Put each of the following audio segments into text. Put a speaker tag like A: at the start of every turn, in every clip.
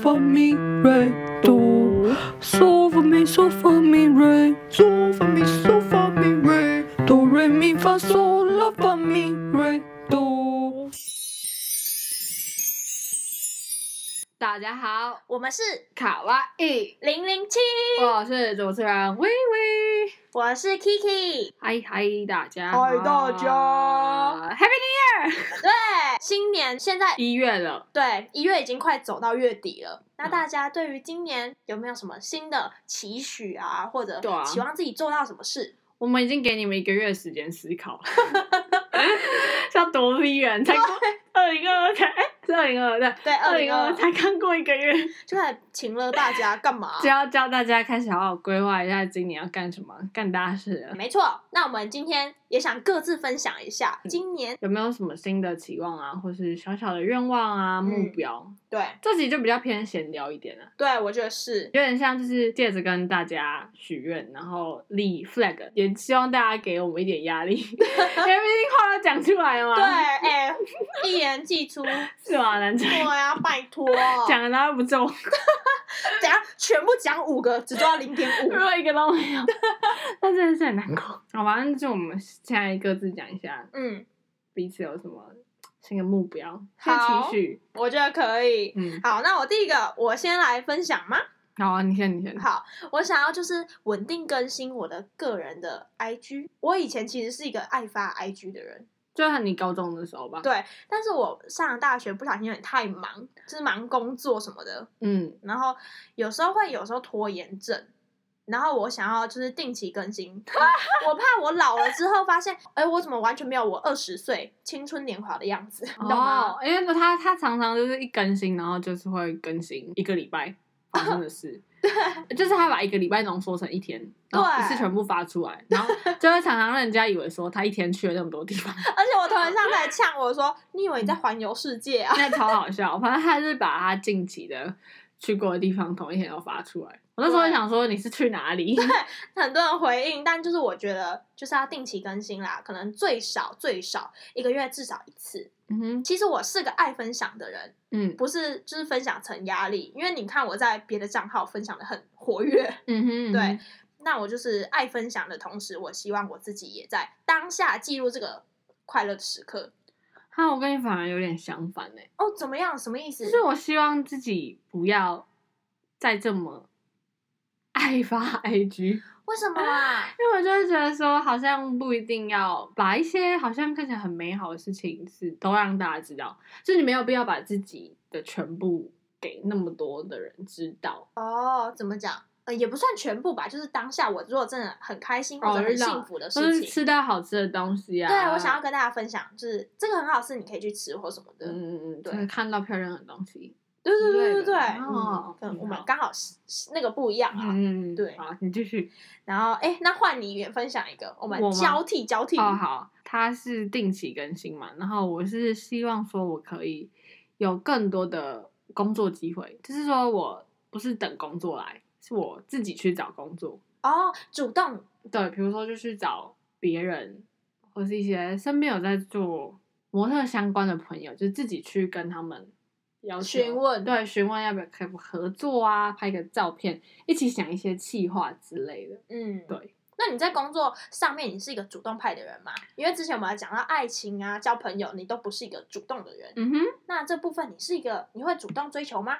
A: for me, re do. So for me, so for me, re. So for me, so for me, re. Do re mi fa sol la fa mi re do.
B: 大家好，
C: 我们是
B: 卡哇伊，
C: 零零七，
B: 我是主持人微微。
C: 我是 Kiki。
B: 嗨嗨，大家好！呃
C: 嗨大家
B: ，Happy New Year！
C: 对，哎新年现在
B: 一月了，
C: 对一月已经快走到月底了，那大家对于今年有没有什么新的期许啊，或者
B: 对啊
C: 期望自己做到什么事？
B: 我们已经给你们一个月时间思考， 像多逼人，才 过二零二二才哎二零二二对，
C: 对，
B: 二
C: 二
B: 零
C: 零
B: 二
C: 二
B: 二才刚过一个月，
C: 就开始请了大家干 嘛
B: 就？要教大家开始好好规划一下今年要干什么，干大事了。
C: 没错，那我们今天也想各自分享一下今年
B: 有没有什么新的期望啊，或是小小的愿望啊、目标？
C: 对
B: 这集就比较偏闲聊一点了、啊
C: 对，我觉得是
B: 有点像就是借着跟大家许愿，然后立 flag，也希望大家给我们一点压力，因为 毕竟话都讲出来了嘛，
C: 对，，哎、一言既 出，
B: 是吗？南城
C: 对啊，拜托，
B: 讲的大家不中，
C: 等一下全部讲五个，只做到零点五
B: 如，果一个都没有， 那真的是很难过。好吧，那就我们现在各自讲一下
C: 嗯，
B: 彼此有什么新的目标、新的
C: 好
B: 期许。
C: 我觉得可以，
B: 嗯，
C: 好，那我第一个，我先来分享吗？
B: 好啊，你先，你先。
C: 好，我想要就是稳定更新我的个人的 IG。我以前其实是一个爱发 IG 的人，
B: 就是你高中的时候吧。
C: 对但是我上了大学不小心有点太忙，就是忙工作什么的，
B: 嗯，
C: 然后有时候会有时候拖延症。然后我想要就是定期更新， 我我怕我老了之后发现，哎，我怎么完全没有我二十岁青春年华的样子，你懂吗？
B: 哦，因为他他常常就是一更新，然后就是会更新一个礼拜发生的 事，就是他把一个礼拜浓缩成一天，然后一次
C: 对
B: 全部发出来，然 后就会常常让人家以为说他一天去了那么多地方，
C: 而且我同学上来呛我说：“你以为你在环游世界啊
B: 那超好笑。反正他就是把他近期的去过的地方同一天都发出来。我那时候
C: 对
B: 想说你是去哪里？？”
C: 很多人回应，但就是我觉得就是要定期更新啦，可能最少最少一个月至少一次。
B: 嗯哼，
C: 其实我是个爱分享的人，
B: 嗯
C: 不是就是分享成压力，因为你看我在别的账号分享的很活跃，
B: 嗯哼，嗯哼
C: 对。那我就是爱分享的同时，我希望我自己也在当下记录这个快乐的时刻。
B: 哈，我跟你反而有点相反呢、
C: 哦，怎么样？什么意思
B: 就？是我希望自己不要再这么爱发 IG，因
C: 为什么啊？
B: 为我就会觉得说，好像不一定要把一些好像看起来很美好的事情是都让大家知道，就是你没有必要把自己的全部给那么多的人知道。
C: 哦，怎么讲？呃，也不算全部吧，就是当下我如果真的很开心或
B: 哦
C: 者很
B: 知道
C: 幸福的
B: 或
C: 事
B: 是
C: 情，
B: 吃到好吃的东西啊，
C: 对，我想要跟大家分享，就是这个很好吃，你可以去吃或什么的。
B: 嗯嗯嗯，
C: 对
B: 就是看到漂亮的东西，
C: 对对对对
B: 之类
C: 对，
B: 的哦
C: 嗯，可能
B: 挺
C: 我们
B: 好
C: 刚好是是那个不一样啊。
B: 嗯，
C: 对
B: 好，你继续。
C: 然后哎，那换你也分享一个，我们
B: 我吗
C: 交替交替。
B: 哦，好，它是定期更新嘛，然后我是希望说我可以有更多的工作机会，就是说我不是等工作来，是我自己去找工作。
C: 哦，主动
B: 对，比如说就去找别人，或是一些身边有在做模特相关的朋友，就是自己去跟他们要求
C: 询问
B: 对，询问要不要可以合作啊，拍个照片，一起想一些企划之类的。
C: 嗯，
B: 对。
C: 那你在工作上面，你是一个主动派的人吗？因为之前我们有讲到爱情啊、交朋友，你都不是一个主动的人。
B: 嗯哼，
C: 那这部分你是一个，你会主动追求吗？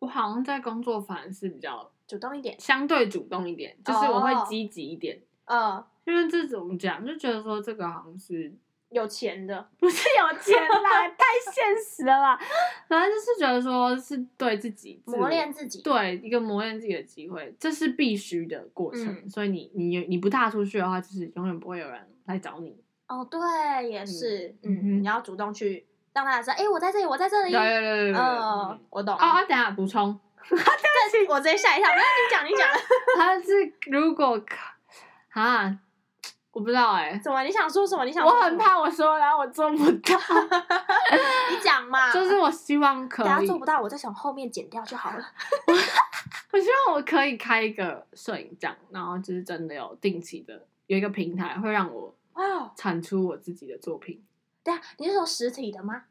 B: 我好像在工作反而是比较
C: 主动一点，
B: 相对主动一点，就是我
C: 哦
B: 会积极一点，
C: 呃，
B: 因为这怎么讲，就觉得说这个好像是
C: 有钱的，
B: 不是有钱 啦，太现实了吧？反正就是觉得说是对自己自我
C: 磨练自己。
B: 对一个磨练自己的机会，这是必须的过程。
C: 嗯
B: 所以你你你不踏出去的话，就是永远不会有人来找你。
C: 哦，对，也是，
B: 嗯
C: 嗯，
B: 嗯
C: 你要主动去让大家知道，哎，我在这里，我在这
B: 对
C: 里，
B: 对对对对对。
C: 嗯
B: 嗯，
C: 我懂。
B: 哦，哦等一下补充，
C: 这我直接吓一跳，没有你讲，你讲，
B: 他是如果啊，我不知道哎、
C: 怎么？你想说什么？你想？
B: 我很，怕我说然后我做不到，
C: 你讲嘛。
B: 就是我希望可
C: 等下
B: 以
C: 做不到，我再从后面剪掉就好 了。
B: 我希望我可以开一个摄影帐，然后就是真的有定期的有一个平台，会让我
C: 哇哦，
B: 产出我自己的作品。
C: 等下你是说实体的吗？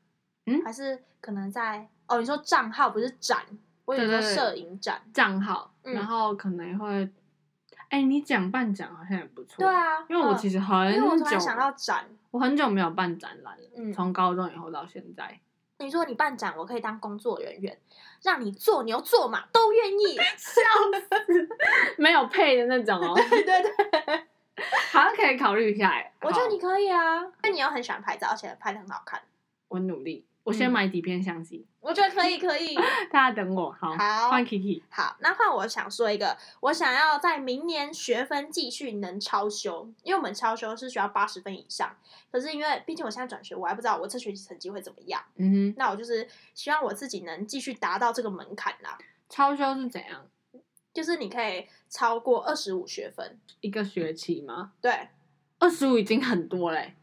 B: 嗯
C: 还是可能在哦？你说账号不是展我有一
B: 对
C: 个
B: 对对
C: 摄影展，
B: 账号，
C: 嗯
B: 然后可能会，哎、你讲办展好像也不错。
C: 对，啊，
B: 因为我
C: 嗯
B: 其实很
C: 因为我突
B: 久
C: 然，想到展，
B: 我很久没有办展览了，
C: 嗯
B: 从高中以后到现在。
C: 你说你办展，我可以当工作人员，让你做牛做马都愿 意。
B: 没有配的那种哦，
C: 对对对，
B: 好像可以考虑一下哎。
C: 我觉得
B: 好
C: 你可以啊，因为你又很喜欢拍照，而且拍的很好看。
B: 我努力，我先
C: 嗯
B: 买底片相机，
C: 我觉得可以，可 以。
B: 大家等我，好，
C: 好
B: 换 Kiki，
C: 好，那换我想说一个，我想要在明年学分继续能超修，因为我们超修是需要八十分以上，可是因为毕竟我现在转学，我还不知道我这学期成绩会怎么样。
B: 嗯哼，
C: 那我就是希望我自己能继续达到这个门槛啦，
B: 超修是怎样？
C: 就是你可以超过二十五学分。
B: 一个学期吗？
C: 对，
B: 二十五已经很多嘞，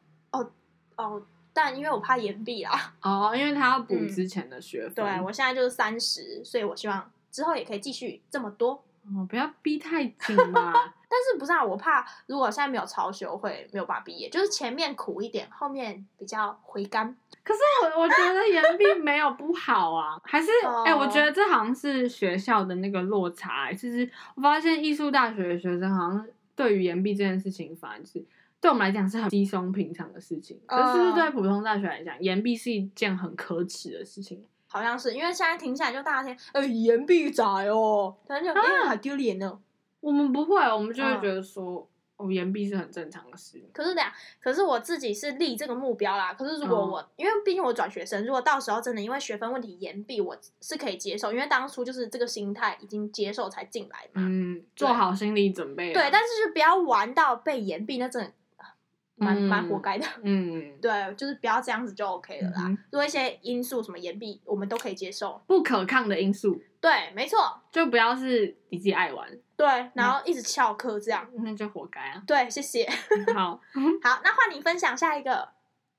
C: 哦，但因为我怕延毕啦，
B: 哦，因为他要补
C: 嗯
B: 之前的学分，
C: 对啊我现在就是三十，所以我希望之后也可以继续这么多。
B: 哦，不要逼太紧嘛，
C: 但是不是啊？我怕如果现在没有超修，会没有办法毕业，就是前面苦一点，后面比较回甘。
B: 可是我我觉得岩壁没有不好啊，还是
C: 哦
B: 哎、我觉得这好像是学校的那个落差、欸。其实我发现艺术大学的学生好像对于岩壁这件事情，反而是对我们来讲是很稀松平常的事情，可是是不是
C: 嗯
B: 对普通大学来讲，岩壁是一件很可耻的事情？
C: 好像是因为现在停下来就大家听，呃，言必窄哦，然后就哎、好丢脸哦。
B: 我们不会，我们就会
C: 嗯
B: 觉得说，哦，岩壁是很正常的事。啊
C: 可是俩，可是我自己是立这个目标啦。可是如果
B: 哦
C: 我，因为毕竟我转学生，如果到时候真的因为学分问题延毕，我是可以接受，因为当初就是这个心态已经接受才进来嘛。
B: 嗯，做好心理准备。啊
C: 对，，但是就不要玩到被延毕，那真的蛮蛮活该的。
B: 嗯，
C: 对，就是不要这样子就 OK 了啦。
B: 嗯哼
C: 如果一些因素什么延毕，我们都可以接受。
B: 不可抗的因素
C: 对，没错，
B: 就不要是你自己爱玩，
C: 对，然后一直翘课这样。。
B: 那就活该啊
C: 对，谢谢。
B: 好。
C: 好，那换你分享下一个。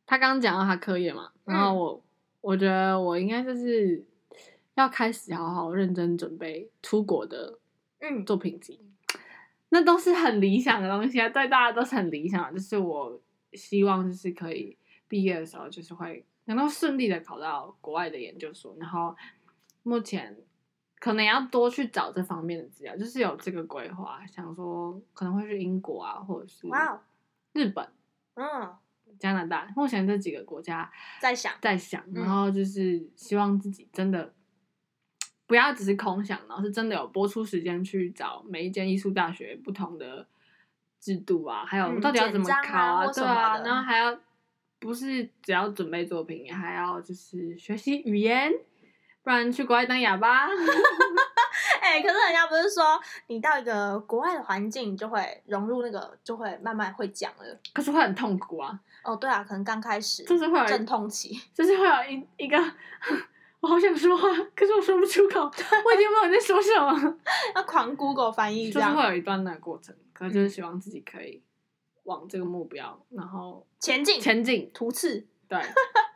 B: 他刚刚讲到他课业嘛，然后
C: 嗯
B: 我、我觉得我应该就是要开始好好认真准备出国的
C: 嗯，
B: 作品集，那都是很理想的东西啊，对大家都是很理想的，就是我希望就是可以毕业的时候就是会能够顺利的考到国外的研究所，然后目前可能也要多去找这方面的资料，就是有这个规划，想说可能会去英国啊，或者是
C: 哇哦，
B: 日本、
C: 嗯，
B: 加拿大，目前这几个国家。
C: 在想，
B: 在想，
C: 嗯
B: 然后就是希望自己真的不要只是空想，然后是真的有播出时间去找每一间艺术大学不同的制度啊，还有
C: 嗯
B: 到底要怎么考
C: 简章啊或
B: 对
C: 什么
B: 啊，
C: 的
B: 然后还要不是只要准备作品，还要就是学习语言，不然去国外当哑巴。
C: 哎、可是人家不是说你到一个国外的环境，你就会融入那个，就会慢慢会讲了。
B: 可是会很痛苦啊，
C: 哦，对啊，可能刚开始
B: 就是会有
C: 阵痛期，
B: 就是会有一一个， 我好想说话，可是我说不出口，我已经忘了你在说什么。
C: 要狂 Google 翻译
B: 就是
C: 这样，
B: 会有一段的过程，可能就是
C: 嗯
B: 希望自己可以往这个目标，然后
C: 前进
B: 前进，
C: 突刺。
B: 对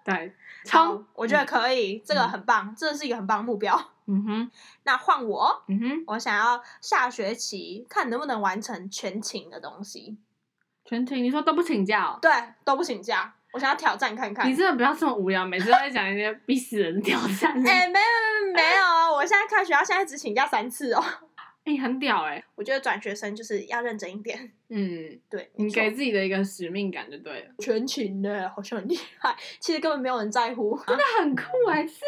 B: 对，
C: 好
B: 冲，
C: 我觉得可以，这个
B: 嗯
C: 很棒，这是一个很棒的目标。
B: 嗯哼，
C: 那换我，
B: 嗯哼，
C: 我想要下学期看能不能完成全勤的东西。
B: 全勤，你说都不请假哦？
C: 对，都不请假，我想要挑战看看。
B: 你真的不要这么无聊，每次都在讲一些逼死人的挑战，
C: 哎、
B: 哎、
C: 没有没有没有啊，我现在看学校现在只请假三次哦。
B: 很屌哎、
C: 我觉得转学生就是要认真一点。
B: 嗯，
C: 对，
B: 你
C: 错
B: 给自己的一个使命感就对了，
C: 全勤的，好像很厉害。其实根本没有人在乎，
B: 那很酷哎、是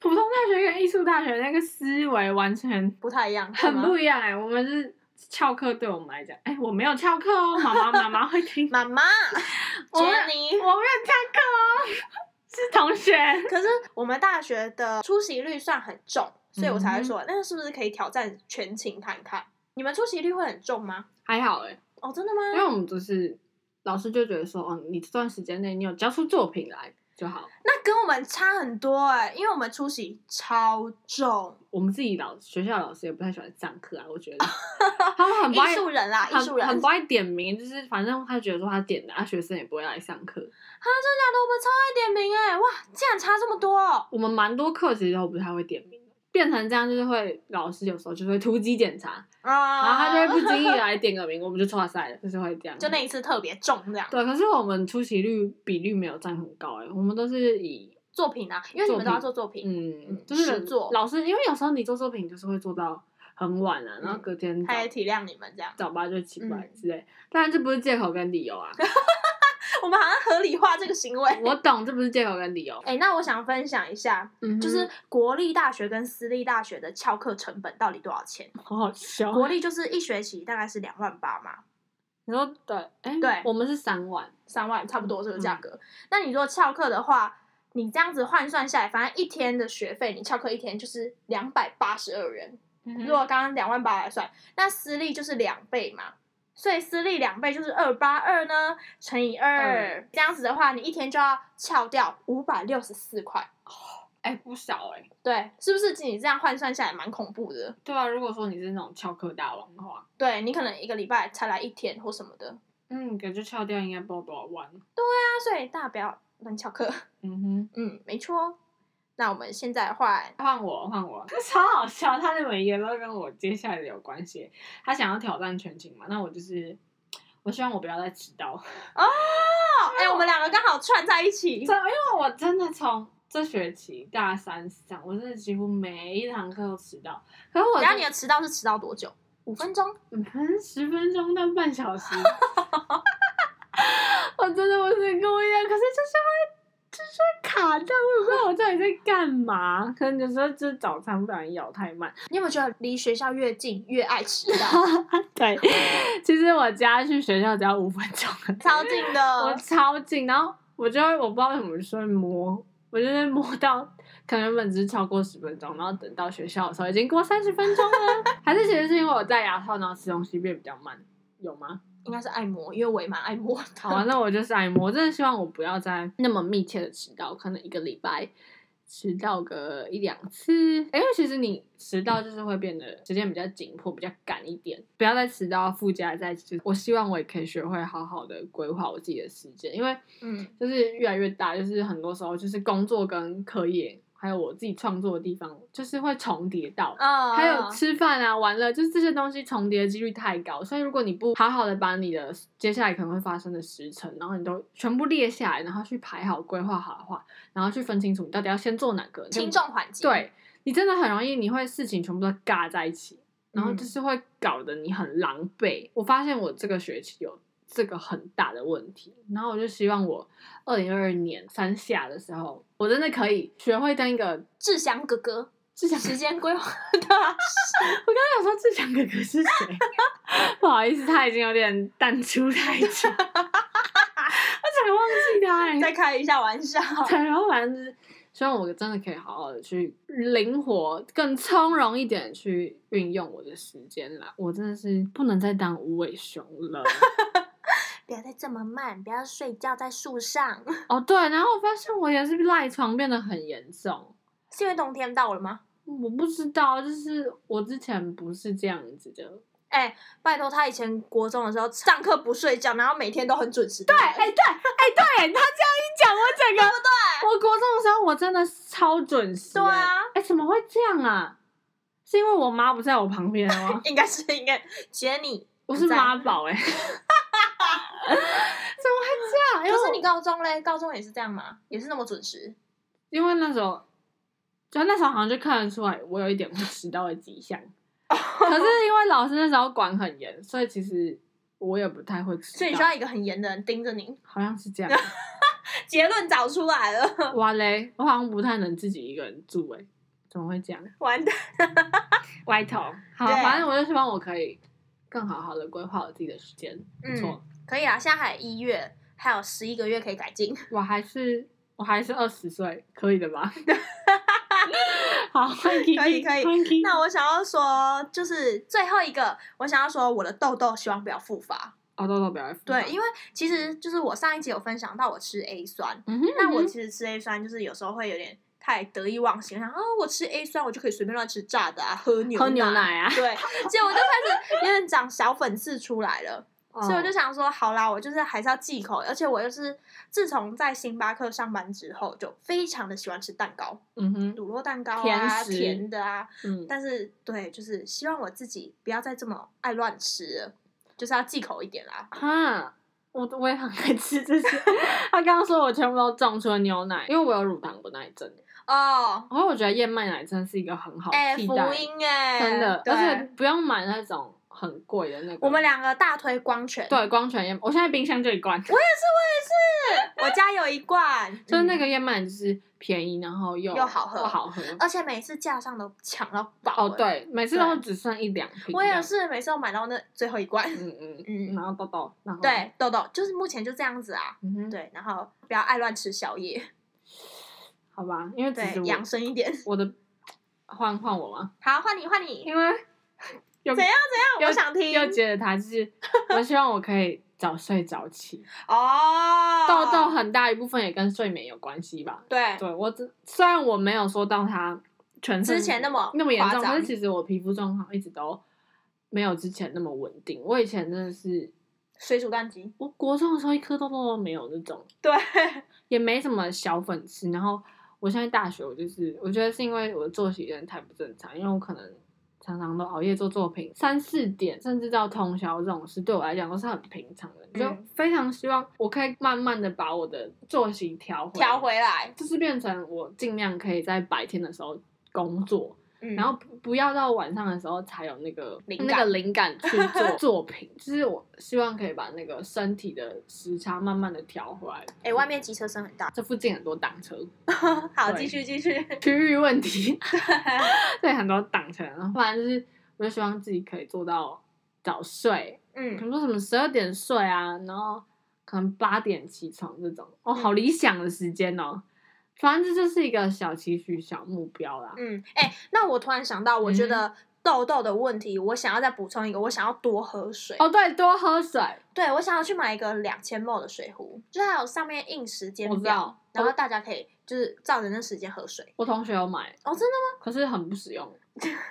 B: 普通大学跟艺术大学那个思维完全
C: 不太一样，是
B: 很
C: 吗
B: 不一样哎、我们是。翘课对我们来讲，哎、我没有翘课哦，妈妈妈妈会 听，
C: 妈妈，
B: 我
C: 杰尼。
B: 我没有翘课哦，是同学。
C: 可是我们大学的出席率算很重，所以我
B: 嗯
C: 才会说，那是不是可以挑战全勤看看？你们出席率会很重吗？
B: 还好哎、
C: 哦，真的
B: 因为
C: 吗？
B: 我们就是老师就觉得说，哦，你这段时间内你有交出作品来就好。
C: 那跟我们差很多哎、因为我们出席超重，
B: 我们自己老学校老师也不太喜欢上课啊，我 觉得他们很不
C: 艺
B: 爱
C: 术人啦，艺
B: 很
C: 术人，
B: 很不爱点名，就是反正他觉得说他点的，啊学生也不会来上课。
C: 啊，真的假的？我们超爱点名哎、哇，竟然差这么多、哦！
B: 我们蛮多课其实都不太会点名的，变成这样就是会老师有时候就会突击检查，
C: 啊
B: 然后他就会不经意来点个名，我们就错赛了，就是会这样。
C: 就那
B: 啊
C: 一次特别重这样。
B: 欸对，可是我们出席率比率没有占很高哎、我们都是以
C: 作品啊，因为你们都要做作品，
B: 嗯，
C: 嗯
B: 就是
C: 实作
B: 老师，因为有时候你做作品就是会做到很晚啊，然后隔天早
C: 嗯他也体谅你们这样。
B: 早八就起不来
C: 嗯
B: 之类。当然这不是借口跟理由啊，
C: 我们好像合理化这个行为。
B: 我懂，这不是借口跟理由。
C: 哎、那我想分享一下，
B: 嗯哼，
C: 就是国立大学跟私立大学的翘课成本到底多少钱？
B: 好好笑。
C: 国立就是一学期大概是两万八嘛，
B: 你说对，哎，
C: 对
B: 我们是三万，
C: 三万差不多这个价格。那你如果翘课的话，你这样子换算下来，反正一天的学费，你翘课一天就是两百八十二元。
B: 嗯
C: 如果刚刚两万八来算，那私立就是两倍嘛，所以私立两倍就是二八二呢乘以二、这样子的话，你一天就要翘掉五百六十四块。
B: 哎不小哎，
C: 对，是不是？你这样换算下来蛮恐怖的。
B: 对啊，如果说你是那种翘课大王的话，
C: 对你可能一个礼拜才来一天或什么的，
B: 嗯，感觉翘掉应该不知道多少万。
C: 那所以大家不要乱翘课。
B: 嗯哼。
C: 嗯，没错。那我们现在换
B: 换我，换我， 超好笑。他的每一个都跟我接下来的有关系。他想要挑战全勤嘛，那我就是，我希望我不要再迟到。
C: 哦，哎、我们两个刚好串在一起
B: 真，因为我真的从这学期大三上，我真的几乎每一堂课都迟到。可是我
C: 然后你的迟到是迟到多久？五分钟？
B: 嗯十分钟到半小时，我真的不是故意的，可是就是会。就是会卡掉，我也不知道我到底在干嘛。可能有时候就是早餐不小心咬太慢，
C: 你有没有觉得离学校越近越爱迟到？
B: 对，其实我家去学校只要五分钟，
C: 超近
B: 我
C: 的，
B: 超近，然后我就会我不知道为什么就会摸，我就会摸到可能原本只是超过十分钟，然后等到学校的时候已经过三十分钟了， 还是其实是因为我戴牙套，然后吃东西变比较慢，有吗？
C: 应该是爱摸，因为我也蛮爱摸
B: 好啊，
C: 的。
B: 那我就是爱摸，我真的希望我不要再那么密切的迟到，可能一个礼拜。迟到个一两次，因为其实你迟到就是会变得时间比较紧迫，比较赶一点，不要再迟到。附加在就是，我希望我也可以学会好好的规划我自己的时间，因为
C: 嗯，
B: 就是越来越大，就是很多时候就是工作跟课业，还有我自己创作的地方，就是会重叠到。
C: 啊
B: 还有吃饭啊、玩乐，就是这些东西重叠的几率太高，所以如果你不好好的把你的接下来可能会发生的时程，然后你都全部列下来，然后去排好、规划好的话，然后去分清楚你到底要先做哪个，
C: 轻重缓急，，
B: 对你真的很容易，你会事情全部都尬在一起，然后
C: 嗯
B: 就是会搞得你很狼狈。我发现我这个学期有这个很大的问题，然后我就希望我二零二二年三下的时候，我真的可以学会当一个
C: 志祥哥哥，
B: 志祥。
C: 时间规划 大师，
B: 我刚刚有说志祥哥哥是谁， 不好意思，他已经有点淡出太久，我 整个忘记他、欸。
C: 再开一下玩笑。
B: 对，然后反正就是希望我真的可以好好的去灵活、更从容一点地去运用我的时间啦。我真的是不能再当无尾熊 了。
C: 不要再这么慢，不要睡觉在树上。
B: 哦，对，然后我发现我也是赖床变得很严重。
C: 是因为冬天到了吗？
B: 我不知道，就是我之前不是这样子的。
C: 哎、拜托，他以前国中的时候上课不睡觉，然后每天都很准时。对，
B: 哎、对，哎、对，他这样一讲，我整个对不对？我国中的时候我真的超准时、
C: 对啊
B: 哎、怎么会这样啊？是因为我妈不在我旁边吗？
C: 应该是应该，姐你
B: 我是
C: 不在
B: 妈宝哎， 怎么会这样？因
C: 可
B: 为
C: 是你高中嘞，高中也是这样吗？也是那么准时？
B: 因为那时候，就那时候好像就看得出来我有一点会迟到的迹象，可是因为老师那时候管很严，所以其实我也不太会迟到，
C: 所以你需要一个很严的人盯着你。
B: 好像是这样。
C: 结论找出来了，
B: 哇嘞，我好像不太能自己一个人住哎、怎么会这样？
C: 完蛋。
B: 歪头。好，
C: 对
B: 反正我就希望我可以更好好的规划我自己的时间。不错，
C: 可以啊，现在还有一月，还有十一个月可以改进。
B: 我还是我还是二十岁，可以的吧？ 好，欢迎
C: 可以可以
B: 以
C: 那我想要说，就是最后一个，我想要说我的痘痘希望不要复发。
B: 哦，豆豆表演
C: 对，
B: 为
C: 因为其实就是我上一集有分享到我吃 A 酸，
B: 嗯哼，
C: 那我其实吃 A 酸就是有时候会有点太得意忘形，然后、哦、我吃 A 酸我就可以随便乱吃炸的啊，喝牛
B: 喝牛奶啊
C: 对，结果我就开始有点长小粉刺出来了。啊所
B: 嗯
C: 以我就想说，好啦，我就是还是要忌口，而且我就是自从在星巴克上班之后，就非常的喜欢吃蛋糕，
B: 嗯哼，
C: 乳酪蛋糕
B: 甜
C: 啊，
B: 食
C: 甜的啊。
B: 嗯，
C: 但是对，就是希望我自己不要再这么爱乱吃了，就是要忌口一点啦。
B: 哈，我我也很爱吃这些。 他刚刚说我全部都中，除了牛奶，因为我有乳糖不耐症。
C: 哦，
B: 然后我觉得燕麦奶真的是一个很好
C: 哎，
B: 替
C: 福
B: 代，
C: 音哎，
B: 真的，
C: 对
B: 而且不用买那种很贵的那个。
C: 我们两个大推光泉，
B: 对光泉燕，我现在冰箱就一罐，
C: 我家有一罐，
B: 就是那
C: 嗯，
B: 个燕麦奶就是便宜，然后又
C: 又好喝
B: 又好喝。
C: 而且每次架上都抢到爆，
B: 哦，，对，每次
C: 对
B: 都会只剩一两瓶。
C: 我也，是每次都买到那最后一罐，
B: 嗯嗯嗯，
C: 嗯，
B: 然后豆豆，然后，
C: 对，豆豆就是目前就这样子啊，
B: 嗯哼，
C: 对，然后不要爱乱吃宵夜，
B: 好吧，因为其实
C: 对，养
B: 我
C: 生一 点。
B: 我的换换我吗？
C: 好，换你，换你，
B: 因为有
C: 怎样怎样？
B: 又
C: 我想听
B: 又觉得他就是，我希望我可以早睡早 起。
C: 哦，
B: 痘痘很大一部分也跟睡眠有关系吧？
C: 对，
B: 对我只虽然我没有说到它全身
C: 之前那么
B: 那么严
C: 夸
B: 重，
C: 张
B: 但是其实我皮肤状况一直都没有之前那么稳定。我以前真的是，
C: 水煮蛋鸡，
B: 我国中的时候一颗痘痘都没有那种，
C: 对，
B: 也没什么小粉刺。然后我现在大学，我就是我觉得是因为我的作息有点太不正常，因为我可能。常常都熬夜做作品，三四点甚至到通宵这种事，对我来讲都是很平常的。我就
C: 嗯
B: 非常希望我可以慢慢的把我的作息调回
C: 调回来，
B: 就是变成我尽量可以在白天的时候工作，
C: 嗯
B: 然后不不要到晚上的时候才有那个
C: 灵
B: 那个
C: 感
B: 灵感去 做作品。就是我希望可以把那个身体的时差慢慢的调回来。
C: 哎，外面机车声很大，
B: 这附近很多挡车，
C: 好，
B: 对
C: 继续继续，
B: 区域问 题，对，很多挡车。然后不然就是，我就希望自己可以做到早睡，比
C: 嗯，
B: 如说什么十二点睡啊，然后可能八点起床这种，哦，好理想的时间哦。反正这就是一个小期许、小目标啦。
C: 嗯，哎、那我突然想到，我
B: 嗯
C: 觉得痘痘的问题，我想要再补充一个，我想要多喝水。
B: 哦，对，多喝水，
C: 对，我想要去买一个两千 ml 的水壶，就是它有上面印时间
B: 我知
C: 表，
B: 道。
C: 然后大家可以就是照着那时间喝水。
B: 我同学有买，
C: 哦，真的吗？
B: 可是很不实用，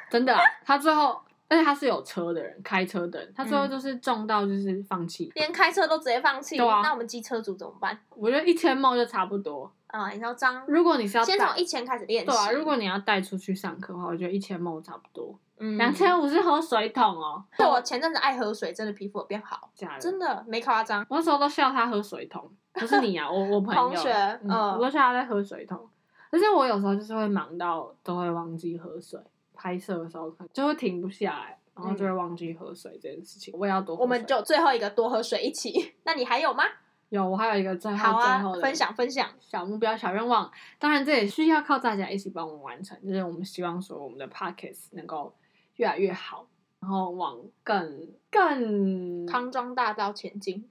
B: 真的啊。他最后，而且他是有车的人，开车的人，他最后
C: 嗯
B: 就是重到就是放弃。
C: 连开车都直接放弃，
B: 对啊
C: 那我们机车族怎么办？
B: 我觉得一千毛就差不多。
C: 啊、你知道张，
B: 如果你是要
C: 先
B: 带
C: 从一千开始练习。
B: 对啊，如果你要带出去上课的话，我觉得一千毛差不多。
C: 嗯
B: 两千五是喝水桶哦，
C: 对我前阵子爱喝水，真的皮肤有变好，
B: 假的。
C: 真的没夸张。
B: 我那时候都笑他喝水桶，不是你啊，我我朋友
C: 同学
B: 嗯
C: 嗯
B: 我都笑他在喝水桶。而且我有时候就是会忙到都会忘记喝水，拍摄的时候可能就会停不下来，然后就会忘记喝水这件事情。我也要多喝水。
C: 嗯我们就最后一个多喝水一起。 那你还有吗？
B: 有，我还有一个最后、
C: 好啊
B: 最后，的
C: 分享分享。
B: 小目标、小愿望。当然，这也需要靠大家一起帮我们完成。就是我们希望说，我们的 podcast 能够越来越好，然后往更更
C: 康庄大道前进。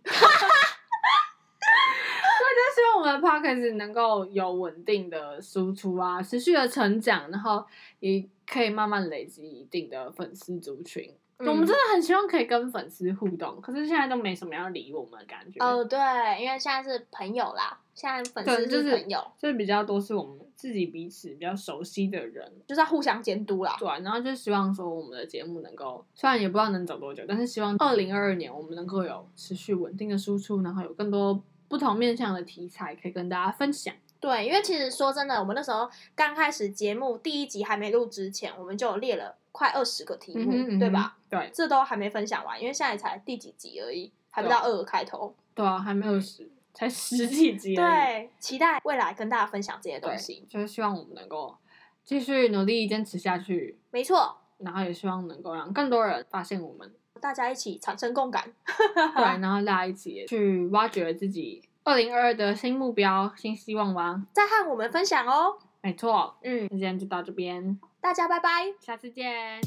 B: 希望我们的 podcast 能够有稳定的输出啊，持续的成长，然后也可以慢慢累积一定的粉丝族群。 我们真
C: 这
B: 的很希望可以跟粉丝互动，可是现在都没什么要理我们的感觉。
C: 哦，对，因为现在是朋友啦，现在粉
B: 对
C: 丝
B: 就是
C: 是朋友，
B: 就是比较多是我们自己彼此比较熟悉的人，
C: 就是要互相监督啦。
B: 对啊、然后就希望说我们的节目能够，虽然也不知道能走多久，但是希望二零二二年我们能够有持续稳定的输出，然后有更多不同面向的题材可以跟大家分享。
C: 对，因为其实说真的，我们那时候刚开始节目第一集还没录之前，我们就有列了快二十个题
B: 嗯
C: 目，
B: 哼，嗯哼
C: 对吧？？
B: 对，
C: 这都还没分享完，因为现在才第几集而已，还不
B: 对
C: 到
B: 啊
C: 二开头。
B: 对啊，还没有十，才十几集而已。
C: 嗯对，期待未来跟大家分享这些东
B: 对
C: 西。，
B: 就是希望我们能够继续努力坚持下去，
C: 没错，
B: 然后也希望能够让更多人发现我们，
C: 大家一起产生共感。
B: 对，然后大家一起去挖掘自己二零二二的新目标、新希望吧。
C: 再和我们分享哦。
B: 没错，
C: 嗯，
B: 那今天就到这边，
C: 大家拜拜。
B: 下次见。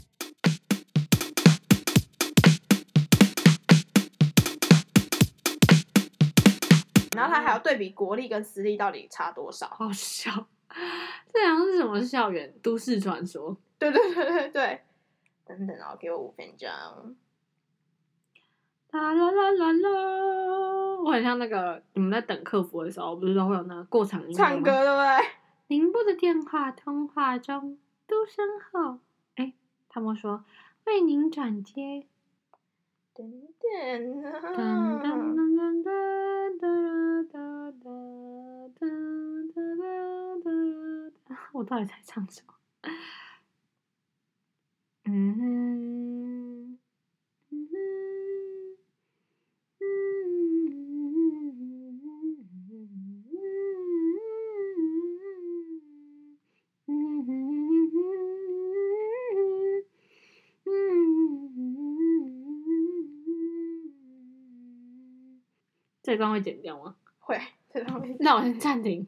C: 然后他还要对比国力跟私立到底差多少。
B: 好笑， 这好像是什么校园都市传说？
C: 对对对对对。等等哦，给我五分钟。
B: 啦啦啦啦啦！我很像那个你们在等客服的时候，不是都会有那个过场音乐吗
C: 唱歌对不对？
B: 您拨的电话通话中嘟声后，哎，他们说为您转接。
C: 等
B: 噔噔
C: 等啊。
B: 噔噔噔噔噔噔噔噔噔噔噔， 我到底在唱什么？嗯嗯嗯嗯嗯。嗯嗯这一段会剪掉吗？
C: 会，这方面
B: 那我先暂停。